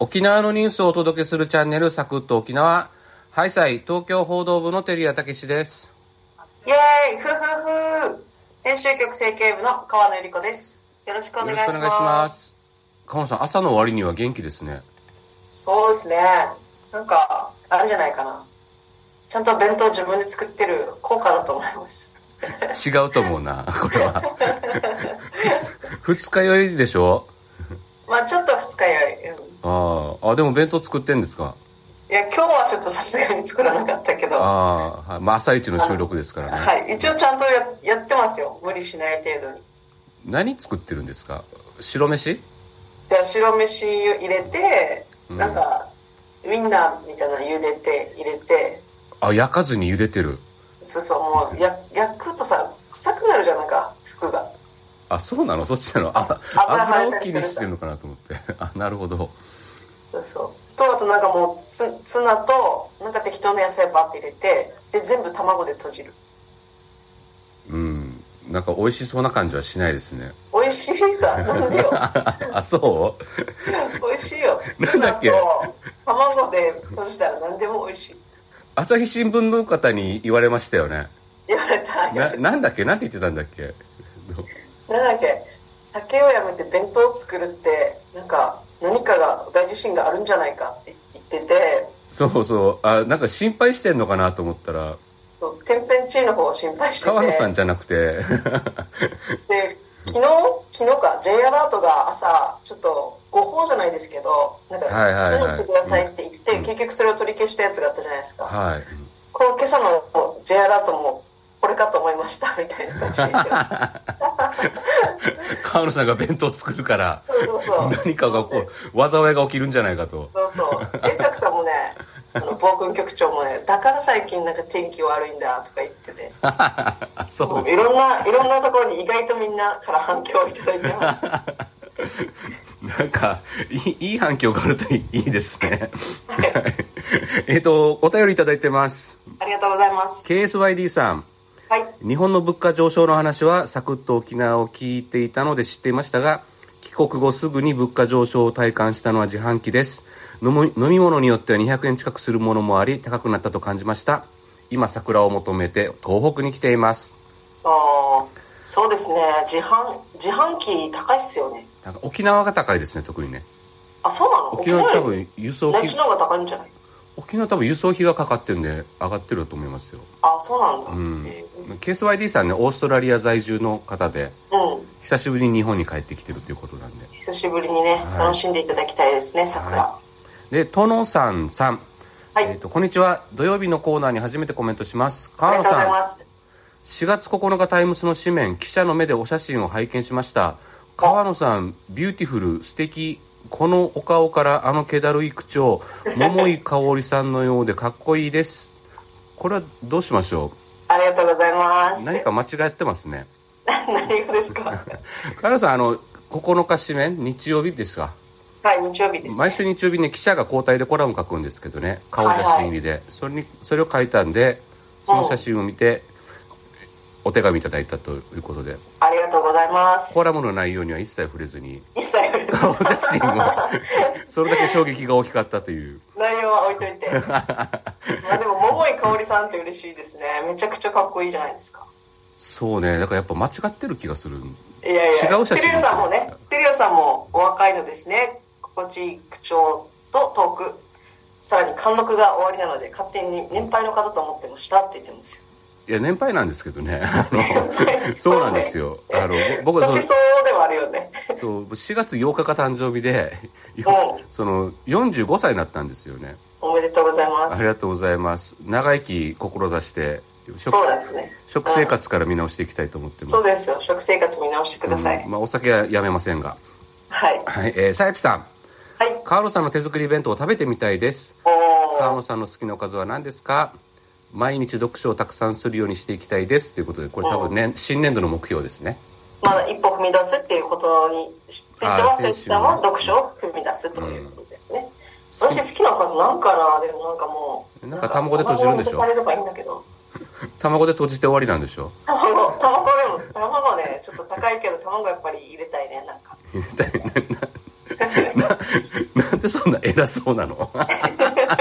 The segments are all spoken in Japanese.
沖縄のニュースをお届けするチャンネルサクッと沖縄ハイサイ東京報道部の照屋武ですイエーイふふふ編集局整形部の川野ゆり子ですよろしくおよ願ろいしくしまお願すいします河野さん朝の終わりには元気ですねそうですねなんかあれじゃないかなちゃんと弁当自分で作ってる効果だと思います違うと思うな これは二日酔いでしょまあちょっと二日酔い、うん、あーあでも弁当作ってんですかいや今日はちょっとさすがに作らなかったけどはああ、はいまあ、朝一の収録ですからねい一応ちゃんとややってますよ無理しない程度に何作ってるんですか白飯で白飯を入れてうんなんか、ウインナーみたいなの茹でて入れてあ焼かずに茹でてるそうそうもうや焼くとさ臭くなるじゃんなんか服があそうなのそっちなのあ油油入をった気りするんだにしてるのかなと思ってあなるほどそうそうとあとなんかもうツツナとなんか適当な野菜バッて入れてで全部卵で閉じるうんなんか美味しそうな感じはしないですね 美味しいさなんでよあそう美味しいよなんだっけツナと卵で閉じたら何でも美味しい朝日新聞の方に言われましたよね言われた言なわれたなんだっけなんて言ってたんだっけどなんだっけ酒をやめて弁当を作るってなんか何かが大地震があるんじゃないかって言っててそうそうあなんか心配してんのかなと思ったらそう天変地異の方を心配してて川野さんじゃなくて で昨日昨日か J アラートが朝ちょっと誤報じゃないですけどなんかはいはいはい避難してくださいって言って、うんうん結局それを取り消したやつがあったじゃないですか、はいこの今朝の J アラートもこれかと思いましたみたいな感じで言ってました川野さんが弁当作るからそうそうそう 何かがこう災いが起きるんじゃないかとそうそう栄作さんもねあの暴君局長もねだから最近なんか天気悪いんだとか言っててあそうもでうすいろんないろんなところに意外とみんなから反響をいただいてますなんかいいいい反響があるといいいいですねえっとお便りいただいてますありがとうございます KSYD さんはい日本の物価上昇の話はサクッと沖縄を聞いていたので知っていましたが帰国後すぐに物価上昇を体感したのは自販機です飲む飲み物によっては200円近くするものもあり高くなったと感じました今桜を求めて東北に来ていますああそうですね自販自販機高いっすよねなんか沖縄が高いですね特にねあそうなの沖縄多より分輸送内費地の方が高いんじゃない沖縄多分輸送費がかかってるんで上がってると思いますよあそうなんだううんえー KSYD さんねオーストラリア在住の方でうん久しぶりに日本に帰ってきてるということなんで久しぶりにね、はい楽しんでいただきたいですね桜はで、とのさんさん。はい、えっ、と、こんにちは。土曜日のコーナーに初めてコメントします。あ川野りがとうございさん、ます4月9日タイムスの紙面、記者の目でお写真を拝見しました。川野さん、ビューティフル、素敵。このお顔からあの気だるい口調、桃井かおりさんのようでかっこいいです。これはどうしましょありがとうございまうす何か間違ってますね。な何がで すか川野さん、あの、9日紙面、日曜日ですか。はい日曜日です、毎週日曜日ね記者が交代でコラム書くんですけどね顔写真入りで、それにそれを書いたんでその写真を見てお手紙いただいたということでありがとうございますコラムの内容には一切触れずに一 切触れない顔写真 をそれだけ衝撃が大きかったという内容は置いとい てまあでも桃井かおりさんって嬉しいですねめちゃくちゃかっこいいじゃないですかそうねだからやっぱ間違ってる気がするいやいや違う写真テリオさんもねテリオさんもお若いのですね心地いい口調とトークさらに貫禄が終わりなので勝手に年配の方と思ってましたって言ってますよいや年配なんですけどねあ のそうなんですよあのぼ僕はそ年の相応ではあるよね そう4月8日が誕生日でようその45歳になったんですよねおめでとうございまあすりがとうございます。長生き志して食そうですね食生活から見直していきたいと思ってます。そうですよ食生活見直してください、うんまあお酒はやめませんが。はいはい、えー、サイプさん、はい川野さんの手作り弁当を食べてみたいです。川おー野さんの好きなおかずは何ですか？毎日読書をたくさんするようにしていきたいですということで、これ多分ね新年度の目標ですね。まだ一歩踏み出すっていうことについてあはー鈴木さんは読書を踏み出すということですね、私好きなおかずなんかなでもなんかもうなんか卵で閉じるんでしょ卵で閉じされればいいんだけど卵で閉じて終わりなんでしょ？ 卵卵でも卵ねちょっと高いけど卵やっぱり入れたいねなんかみたいななななでそんな偉そうなの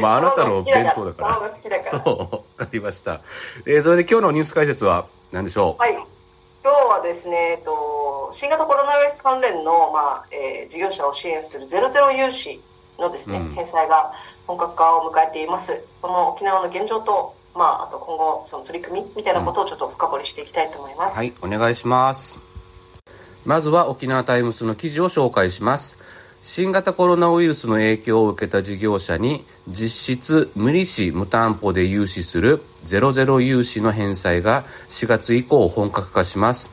まああなたの弁当だから卵が好きだからそうわかりました、えーそれで今日のニュース解説は何でしょう、はい、今日はですね、えっと、新型コロナウイルス関連の、まあえー事業者を支援するゼロゼロ融資のですね、うん返済が本格化を迎えています。この沖縄の現状と、まあ、あと今後その取り組みみたいなことをちょっと深掘りしていきたいと思います。はい、お願いします。まずは沖縄タイムスの記事を紹介します。新型コロナウイルスの影響を受けた事業者に実質無利子無担保で融資するゼロゼロ融資の返済が4月以降本格化します。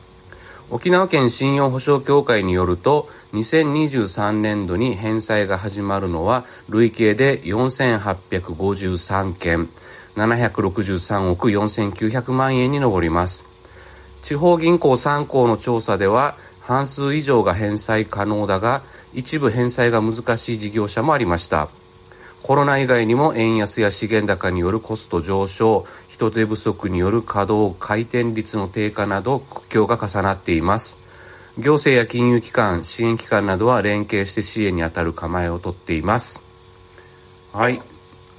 沖縄県信用保証協会によると2023年度に返済が始まるのは累計で4853件763億4900万円に上ります地方銀行3行の調査では半数以上が返済可能だが一部返済が難しい事業者もありましたコロナ以外にも円安や資源高によるコスト上昇人手不足による稼働回転率の低下など苦境が重なっています行政や金融機関支援機関などは連携して支援に当たる構えをとっていますはい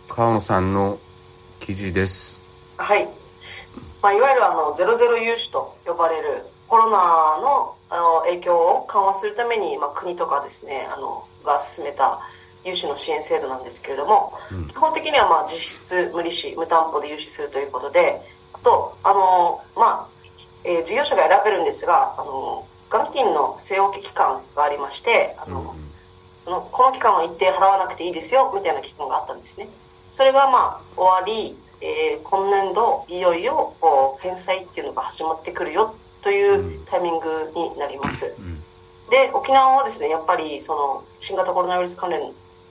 川野さんの記事ですはい。まあ、いわゆるあのゼロゼロ融資と呼ばれるコロナのあの影響を緩和するために、まあ、国とかですねあのが進めた融資の支援制度なんですけれども、基本的にはまあ実質無利子無担保で融資するということであとあの、まあえー事業者が選べるんですがあの元金の据え置き期間がありましてあの、そのこの期間は一定払わなくていいですよみたいな期間があったんですねそれがまあ終わり、えー今年度いよいよこう返済っていうのが始まってくるよというタイミングになります、んで沖縄はですねやっぱりその新型コロナウイルス関連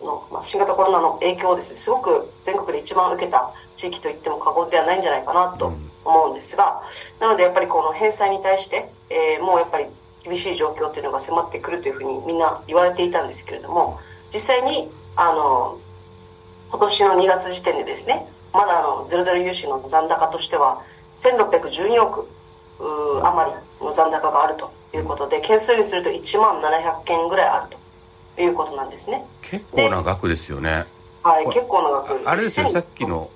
の、まあ、新型コロナの影響をですねすごく全国で一番受けた地域と言っても過言ではないんじゃないかなと思うんですが、なのでやっぱりこの返済に対して、えーもうやっぱり厳しい状況というのが迫ってくるというふうにみんな言われていたんですけれども実際にあの今年の2月時点でですねまだあのゼロゼロ融資の残高としては1612億うー余りの残高があるということで件数にすると1万700件ぐらいあるということなんですね結構な額ですよねはいこれ結構長くああれですよさっきの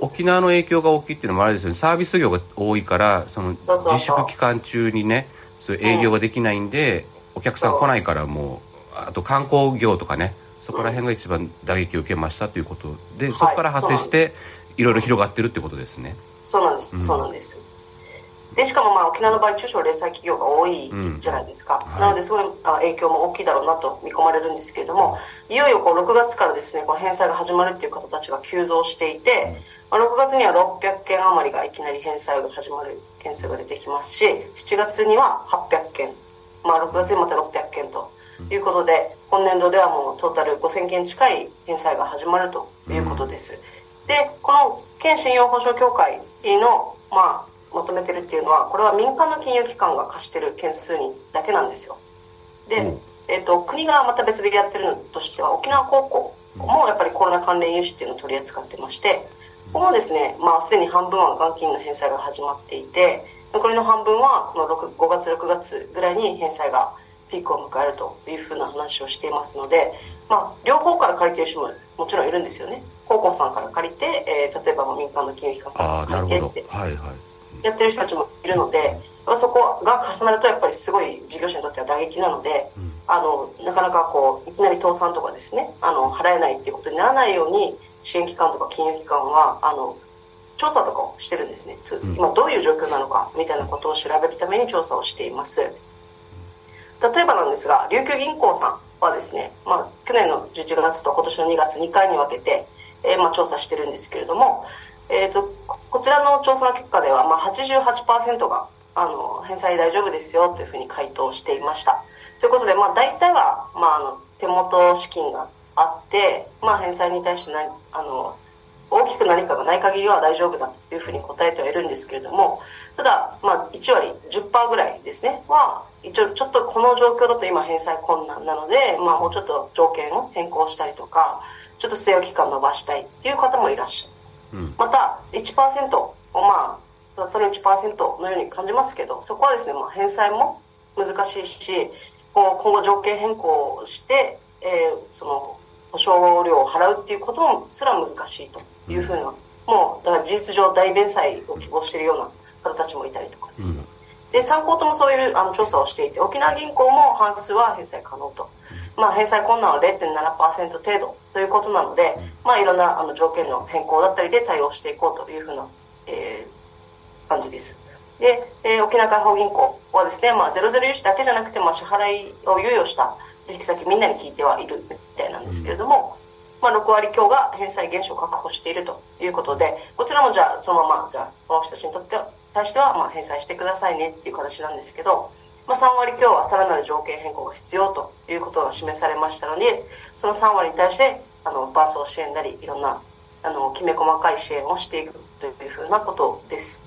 沖縄の影響が大きいっていうのもあれですよねサービス業が多いからそのそうそう自粛期間中にねそういう営業ができないんで、お客さん来ないからもうあと観光業とかねそこら辺が一番打撃を受けましたということで、そこから派生して、い、ろいろ広がってるってことですねそうなんです、そうなんです。でしかもまあ沖縄の場合中小零細企業が多いじゃないですか、うんなのですごいあ影響も大きいだろうなと見込まれるんですけれどもいよいよこう6月からですねこの返済が始まるっていう方たちが急増していて、まあ、6月には600件余りがいきなり返済が始まる件数が出てきますし7月には800件、まあ、6月にまた600件ということで今年度ではもうトータル5000件近い返済が始まるということです、でこの県信用保証協会の、まあ、まとめてるっていうのはこれは民間の金融機関が貸してる件数にだけなんですよで、うんえっと国がまた別でやってるのとしては沖縄高校もやっぱりコロナ関連融資っていうのを取り扱ってましてここもですね、まあ、すでに半分は元金の返済が始まっていて残りの半分はこの6 5月6月ぐらいに返済がピークを迎えるというふうな話をしていますので、まあ、両方から借りてる人ももちろんいるんですよね高校さんから借りて、えー例えばまあ民間の金融機関かあらあなる借ほりてっどてはいはいやってる人たちもいるので、そこが重なるとやっぱりすごい事業者にとっては打撃なので、あのなかなかこういきなり倒産とかですねあの払えないっていうことにならないように支援機関とか金融機関はあの調査とかをしてるんですね、と今どういう状況なのかみたいなことを調べるために調査をしています例えばなんですが琉球銀行さんはですね、まあ、去年の11月と今年の2月2回に分けて、えーまあ、調査してるんですけれども、えー、とここちらの調査の結果では、まあ、88%があの返済大丈夫ですよというふうに回答していましたということで、まあ、大体は、まあ、あの手元資金があって、まあ、返済に対してないあの大きく何かがない限りは大丈夫だというふうに答えてはいるんですけれどもただ、まあ、1割10%ぐらいですねは一応ちょっとこの状況だと今返済困難なので、まあ、もうちょっと条件を変更したりとかちょっと据え置き期間伸ばしたいっていう方もいらっしゃる。また1%をまあざっとり1%のように感じますけどそこはですね、まあ、返済も難しいしこう今後条件変更をして、えーその保証料を払うっていうこともすら難しいというふうな、もうだから事実上大弁済を希望しているような方たちもいたりとかですね、で3行ともそういうあの調査をしていて沖縄銀行も半数は返済可能と、まあ、返済困難は0.7%程度ということなので、まあ、いろんなあの条件の変更だったりで対応していこうというふうな、えー感じです。で、えー沖縄開放銀行はですね、まあ、ゼロゼロ融資だけじゃなくて、まあ、支払いを猶予した取引先みんなに聞いてはいるみたいなんですけれども、まあ、6割強が返済減少を確保しているということでこちらもじゃあそのままじゃあこの人たちにとっては対してはまあ返済してくださいねっていう形なんですけど、まあ、3割強はさらなる条件変更が必要ということが示されましたのでその3割に対してあの伴走支援なりいろんなあのきめ細かい支援をしていくというふうなことです。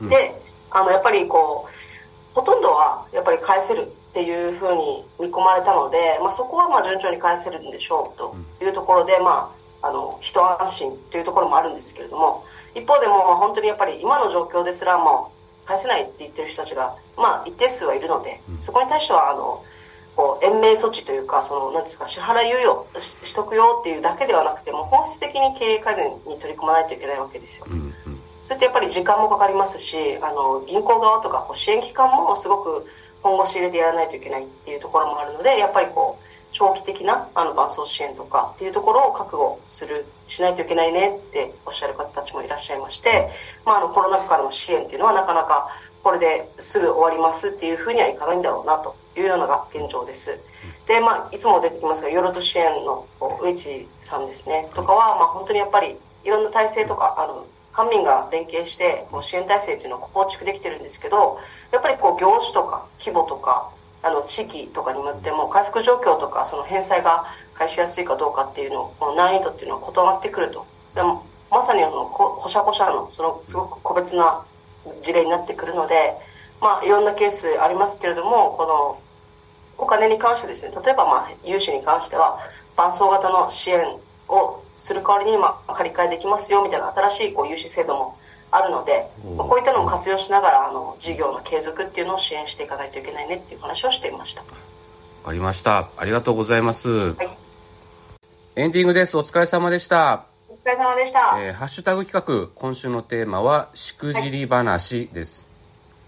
うんであのやっぱりこうほとんどはやっぱり返せるっていうふうに見込まれたので、まあ、そこはまあ順調に返せるんでしょうというところで、まあ、あの一安心というところもあるんですけれども一方でもまあ本当にやっぱり今の状況ですらもう返せないって言ってる人たちが、まあ、一定数はいるのでそこに対してはあのこう延命措置というかそのなんですか支払い猶予ししとくよっていうだけではなくてもう本質的に経営改善に取り組まないといけないわけですよ。うんうんそれってやっぱり時間もかかりますしあの銀行側とかこう支援機関もすごく本腰入れてやらないといけないっていうところもあるのでやっぱりこう長期的なあの伴走支援とかっていうところを覚悟するしないといけないねっておっしゃる方たちもいらっしゃいまして、まあ、あのコロナ禍からの支援っていうのはなかなかこれですぐ終わりますっていうふうにはいかないんだろうなというようなのが現状です。で、まあ、いつも出てきますが、ヨロと支援のこう上地さんですね、とかは、まあ、本当にやっぱり、いろんな体制とか、あの、官民が連携して、こう支援体制というのを構築できてるんですけど、やっぱりこう、業種とか、規模とか、あの、地域とかによっても、回復状況とか、その返済が返しやすいかどうかっていうの、この難易度っていうのは異なってくると。でもまさにあの、ここしゃこしゃの、その、すごく個別な事例になってくるので、まあ、いろんなケースありますけれども、この、お金に関してですね例えばまあ融資に関しては伴走型の支援をする代わりにまあ借り換えできますよみたいな新しいこう融資制度もあるので、うんまあこういったのも活用しながらあの事業の継続っていうのを支援していかないといけないねっていう話をしていました。わかりました。ありがとうございます。はい、エンディングです。お疲れ様でした。お疲れ様でした。えーハッシュタグ企画、今週のテーマは、しくじり話です。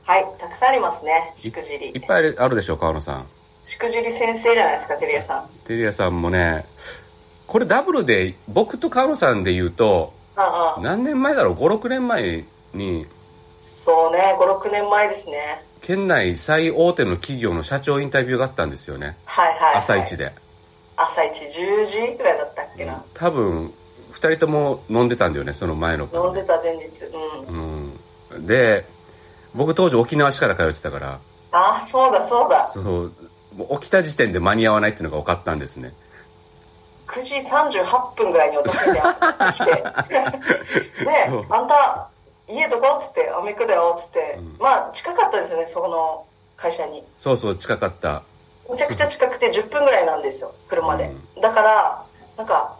はい、たくさんありますね。しくじりいっ。ぱいあるあるでしょう、河野さん。しくじり先生じゃないですか、テリアさん。テリアさんもね、これダブルで、僕と河野さんで言うと、ああ、何年前だろう、5、6年前に、そうね、5、6年前ですね。県内最大手の企業の社長インタビューがあったんですよね。はいはい、はい。朝一。で。朝一10時ぐらいだったっけな。多分、2人とも飲んでたんだよね、その前の晩飲んでた前日。うん。うん、で僕当時沖縄市から通ってたからああ、そうだそうだ。そのもう起きた時点で間に合わないっていうのが分かったんですね9時38分ぐらいに落としてて来て でそうあんた家どこ?」っつって「アメクだよ」っつって、うんまあ近かったですよねそこの会社にそうそう近かっためちゃくちゃ近くて10分ぐらいなんですよ車で、うだからなんか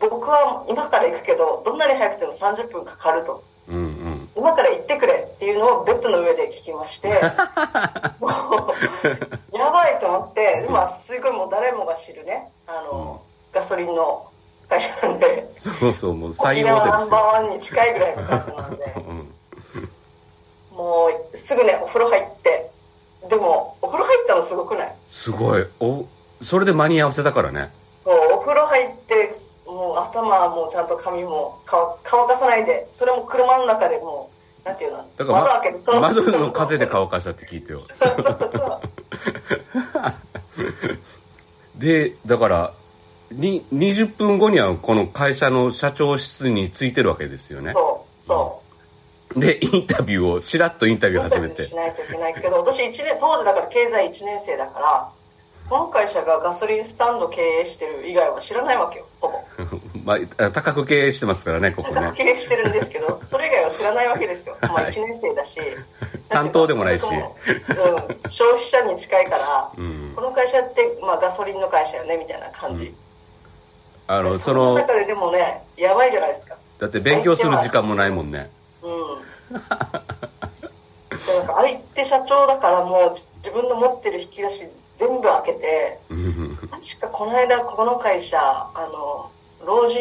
僕は今から行くけどどんなに早くても30分かかるとうんうん今から行ってくれっていうのをベッドの上で聞きまして もうやばいと思って今すごいもう誰もが知るねあの、ガソリンの会社なんでそうそうもう沖最大縄手でナンすバよ、ーワンに近いぐらいの会社なんでうん、もうすぐねお風呂入ってでもお風呂入ったのすごくないすごいおそれで間に合わせたからねもうお風呂入ってもう頭もちゃんと髪も乾乾かさないでそれも車の中でもうなんていうのだから、窓開けてそま、窓の風で顔乾かしたって聞いてよそうそうそうでだからに20分後にはこの会社の社長室についてるわけですよねそうそでインタビューをしらっとインタうビューを始めインタビューてしないといけないけど私一年当時だから経済1年生だからこの会社がガソリンスタンド経営してる以外は知らないわけよほぼまあ、高く経営してますからねここね経営してるんです けどそれ以外は知らないわけですよ、まはあ、い1年生だし 担当でもないしんてうのうん、消費者に近いから、うんこの会社って、まあ、ガソリンの会社よねみたいな感じ、あのでそのの中ででもねやばいじゃないですかだって勉強する時間もないもんね うんでなんか相手社長だからもうじ自分の持ってる引き出し全部開けてうん確かこの間ここの会社あの老人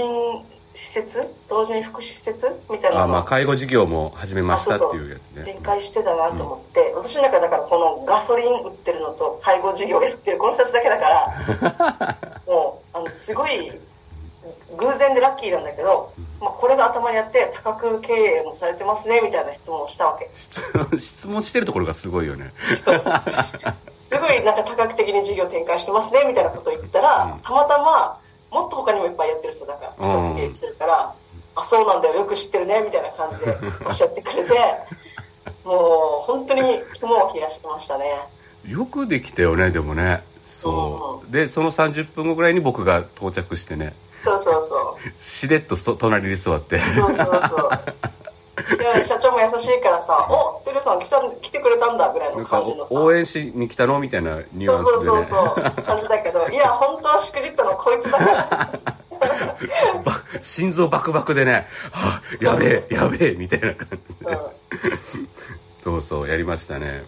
施設老人福祉施設みたいなあまのあを介護事業も始めましたあそうっそてういうやつね展開してたなと思って、私の中だからこのガソリン売ってるのと介護事業やってるこの2つだけだから もうあのすごい偶然でラッキーなんだけど、まあ、これが頭にあって多角経営もされてますねみたいな質問をしたわけ質問質問してるところがすごいよねすごいなんか多角的に事業展開してますねみたいなことを言ったら、うんたまたまもっと他にもいっぱいやってる人だから多角経営してるから、あそうなんだよよく知ってるねみたいな感じでおっしゃって くれてもう本当に肝を冷やしましたね。よくできたよねでもねそうでその30分後ぐらいに僕が到着してねそうそうそう。しれっとそ隣に座 ってそうそう そう。でも社長も優しいからさ、おトゥルさん来た来てくれたんだぐらいなのんか感じのさ。お応援しに来たのみたいなニュアそうンそうそうスでねそう感じだけど、 いや本当はしくじったのこいつだから。 ば心臓バクバクでね「はあやべえやべえ」みたいな感じうん。そうそうやりましたね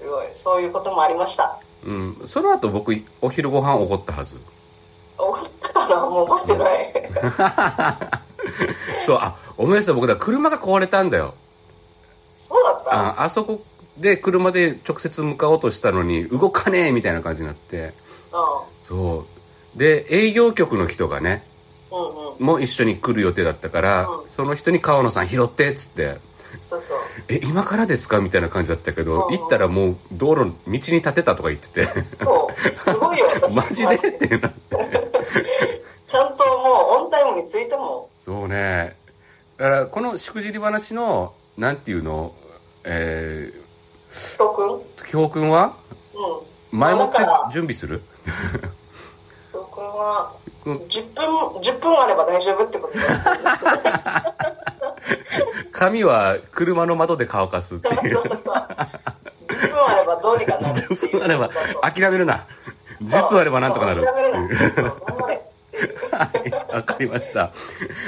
すごいそういうこともありました。うんその後僕お昼ご飯おごったはず怒ったかなもう覚えてない。 そうあ思い出した僕だ車が壊れたんだよそうだった。ああそこで車で直接向かおうとしたのに動かねえみたいな感じになってうそうで営業局の人がねんうんうん。も一緒に来る予定だったから、うんその人に「川野さん拾って」っつってそうそう。 「え今からですか?」みたいな感じだったけど、うん行ったらもう道路道に立てたとか言ってて そう。すごいよ私。マジでってなちゃんともうオンタイムについても。そうねだからこのしくじり話のなんていうのえ人くん。うん。ー、教訓は前もってだから準備するこれはこの10分10分あれば大丈夫ってことだよ髪は車の窓で乾かすってそう いうそうそう10分あればどうにかなるってい10 う分あれば諦めるな10分あればなんとかなるそう諦めれないそう頑張れはいわかりました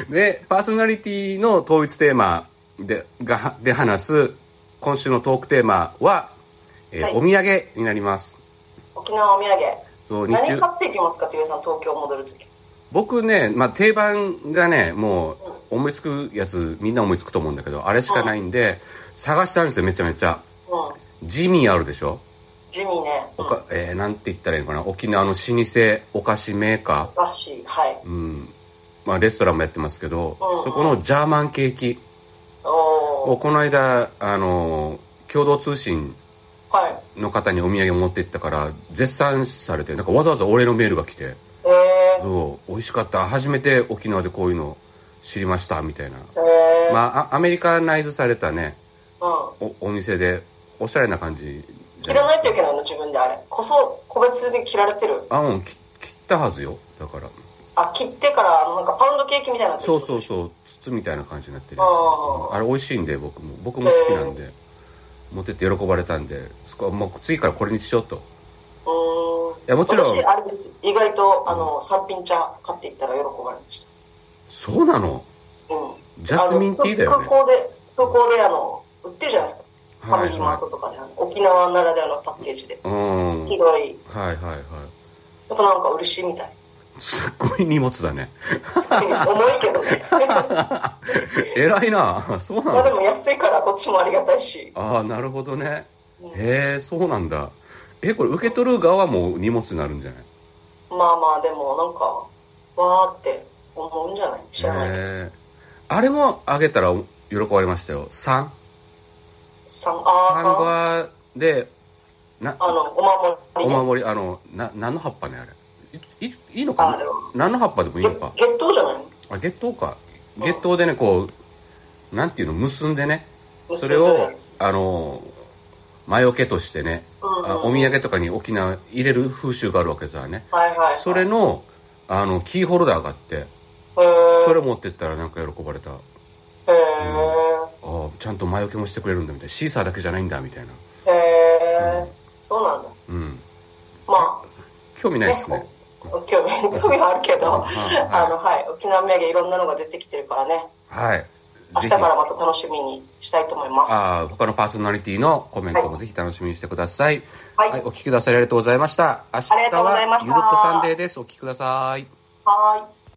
でパーソナリティの統一テーマでがで話す今週のトークテーマは、えーはいお土産になります沖縄お土産そう日何中買っていきますかっていうさん東京戻るとき僕ね、まあ、定番がねもう思いつくやつみんな思いつくと思うんだけどあれしかないんで、探したんですよめちゃめちゃうんジミーあるでしょ、ジミーねおおかえーなんて言ったらいいのかな沖縄の老舗お菓子メーカー菓子はいうんまあ、レストランもやってますけど、うんそこのジャーマンケーキおをーこの間、あのー共同通信はいの方にお土産を持って行ったから絶賛されてなんかわざわざお礼のメールが来て「えそう美味しかった初めて沖縄でこういうの知りました」みたいな、ーえーまあ、あアメリカナイズされたねうんおお店でおしゃれな感じじ切ゃならいないといけないの自分であれこそ個別に切られてるあうんき切ったはずよだからあ切ってからあのなんかパウンドケーキみたいなのそうそうそう筒みたいな感じになってるやあつあれ美味しいんで僕も僕も好きなんで、持ってって喜ばれたんでそこはもう次からこれにしようとうーいんやもちろん私あれです意外とあの三品茶買っていったら喜ばれましそうなのたうんジャスミンティーだよねあの空空港で空港であの売ってるじゃないですかフはいはいァミリーマートとかで、あの沖縄ならではのパッケージでうんはい黄色いはいはいやっぱなんか嬉しい みたいすっごい荷物だね すごい重いけ どね偉いなそうなまあでのも安いからこっちもありがたいしああなるほどねうんへえそうなんだえこれ受け取る側も荷物になるんじゃないまあまあでもなんかわーって思うんじゃない知らないけどへえあれもあげたら喜ばれましたよ3さんサンゴあーさんアでなあのおお守りね守りあのな何の葉っぱねあれいいいいのあかあれはな何の葉っぱでもいいのか月月頭じゃないのあ月桃かうん月桃でねこうなんていうの結んでねそれ結んでをるやつあの魔除けとしてねうんうんあお土産とかに沖縄入れる風習があるわけさねはいはいはいそれのあのキーホルダーがあってへーそれ持ってったらなんか喜ばれたあへあちゃんと魔除けもしてくれるんだみたいなシーサーだけじゃないんだみたいなえへえそうなんだうんま興味あないっすね興味興味はあるけどはいあのはい沖縄土産いろんなのが出てきてるからねはい。明日からまた楽しみにしたいと思います。あー他のパーソナリティのコメントもぜひ楽しみにしてください。は、はいいお聞きくださりありがとうございました。明日ありがとうございはましゆたるっとサンデーです。お聞きください。はーい。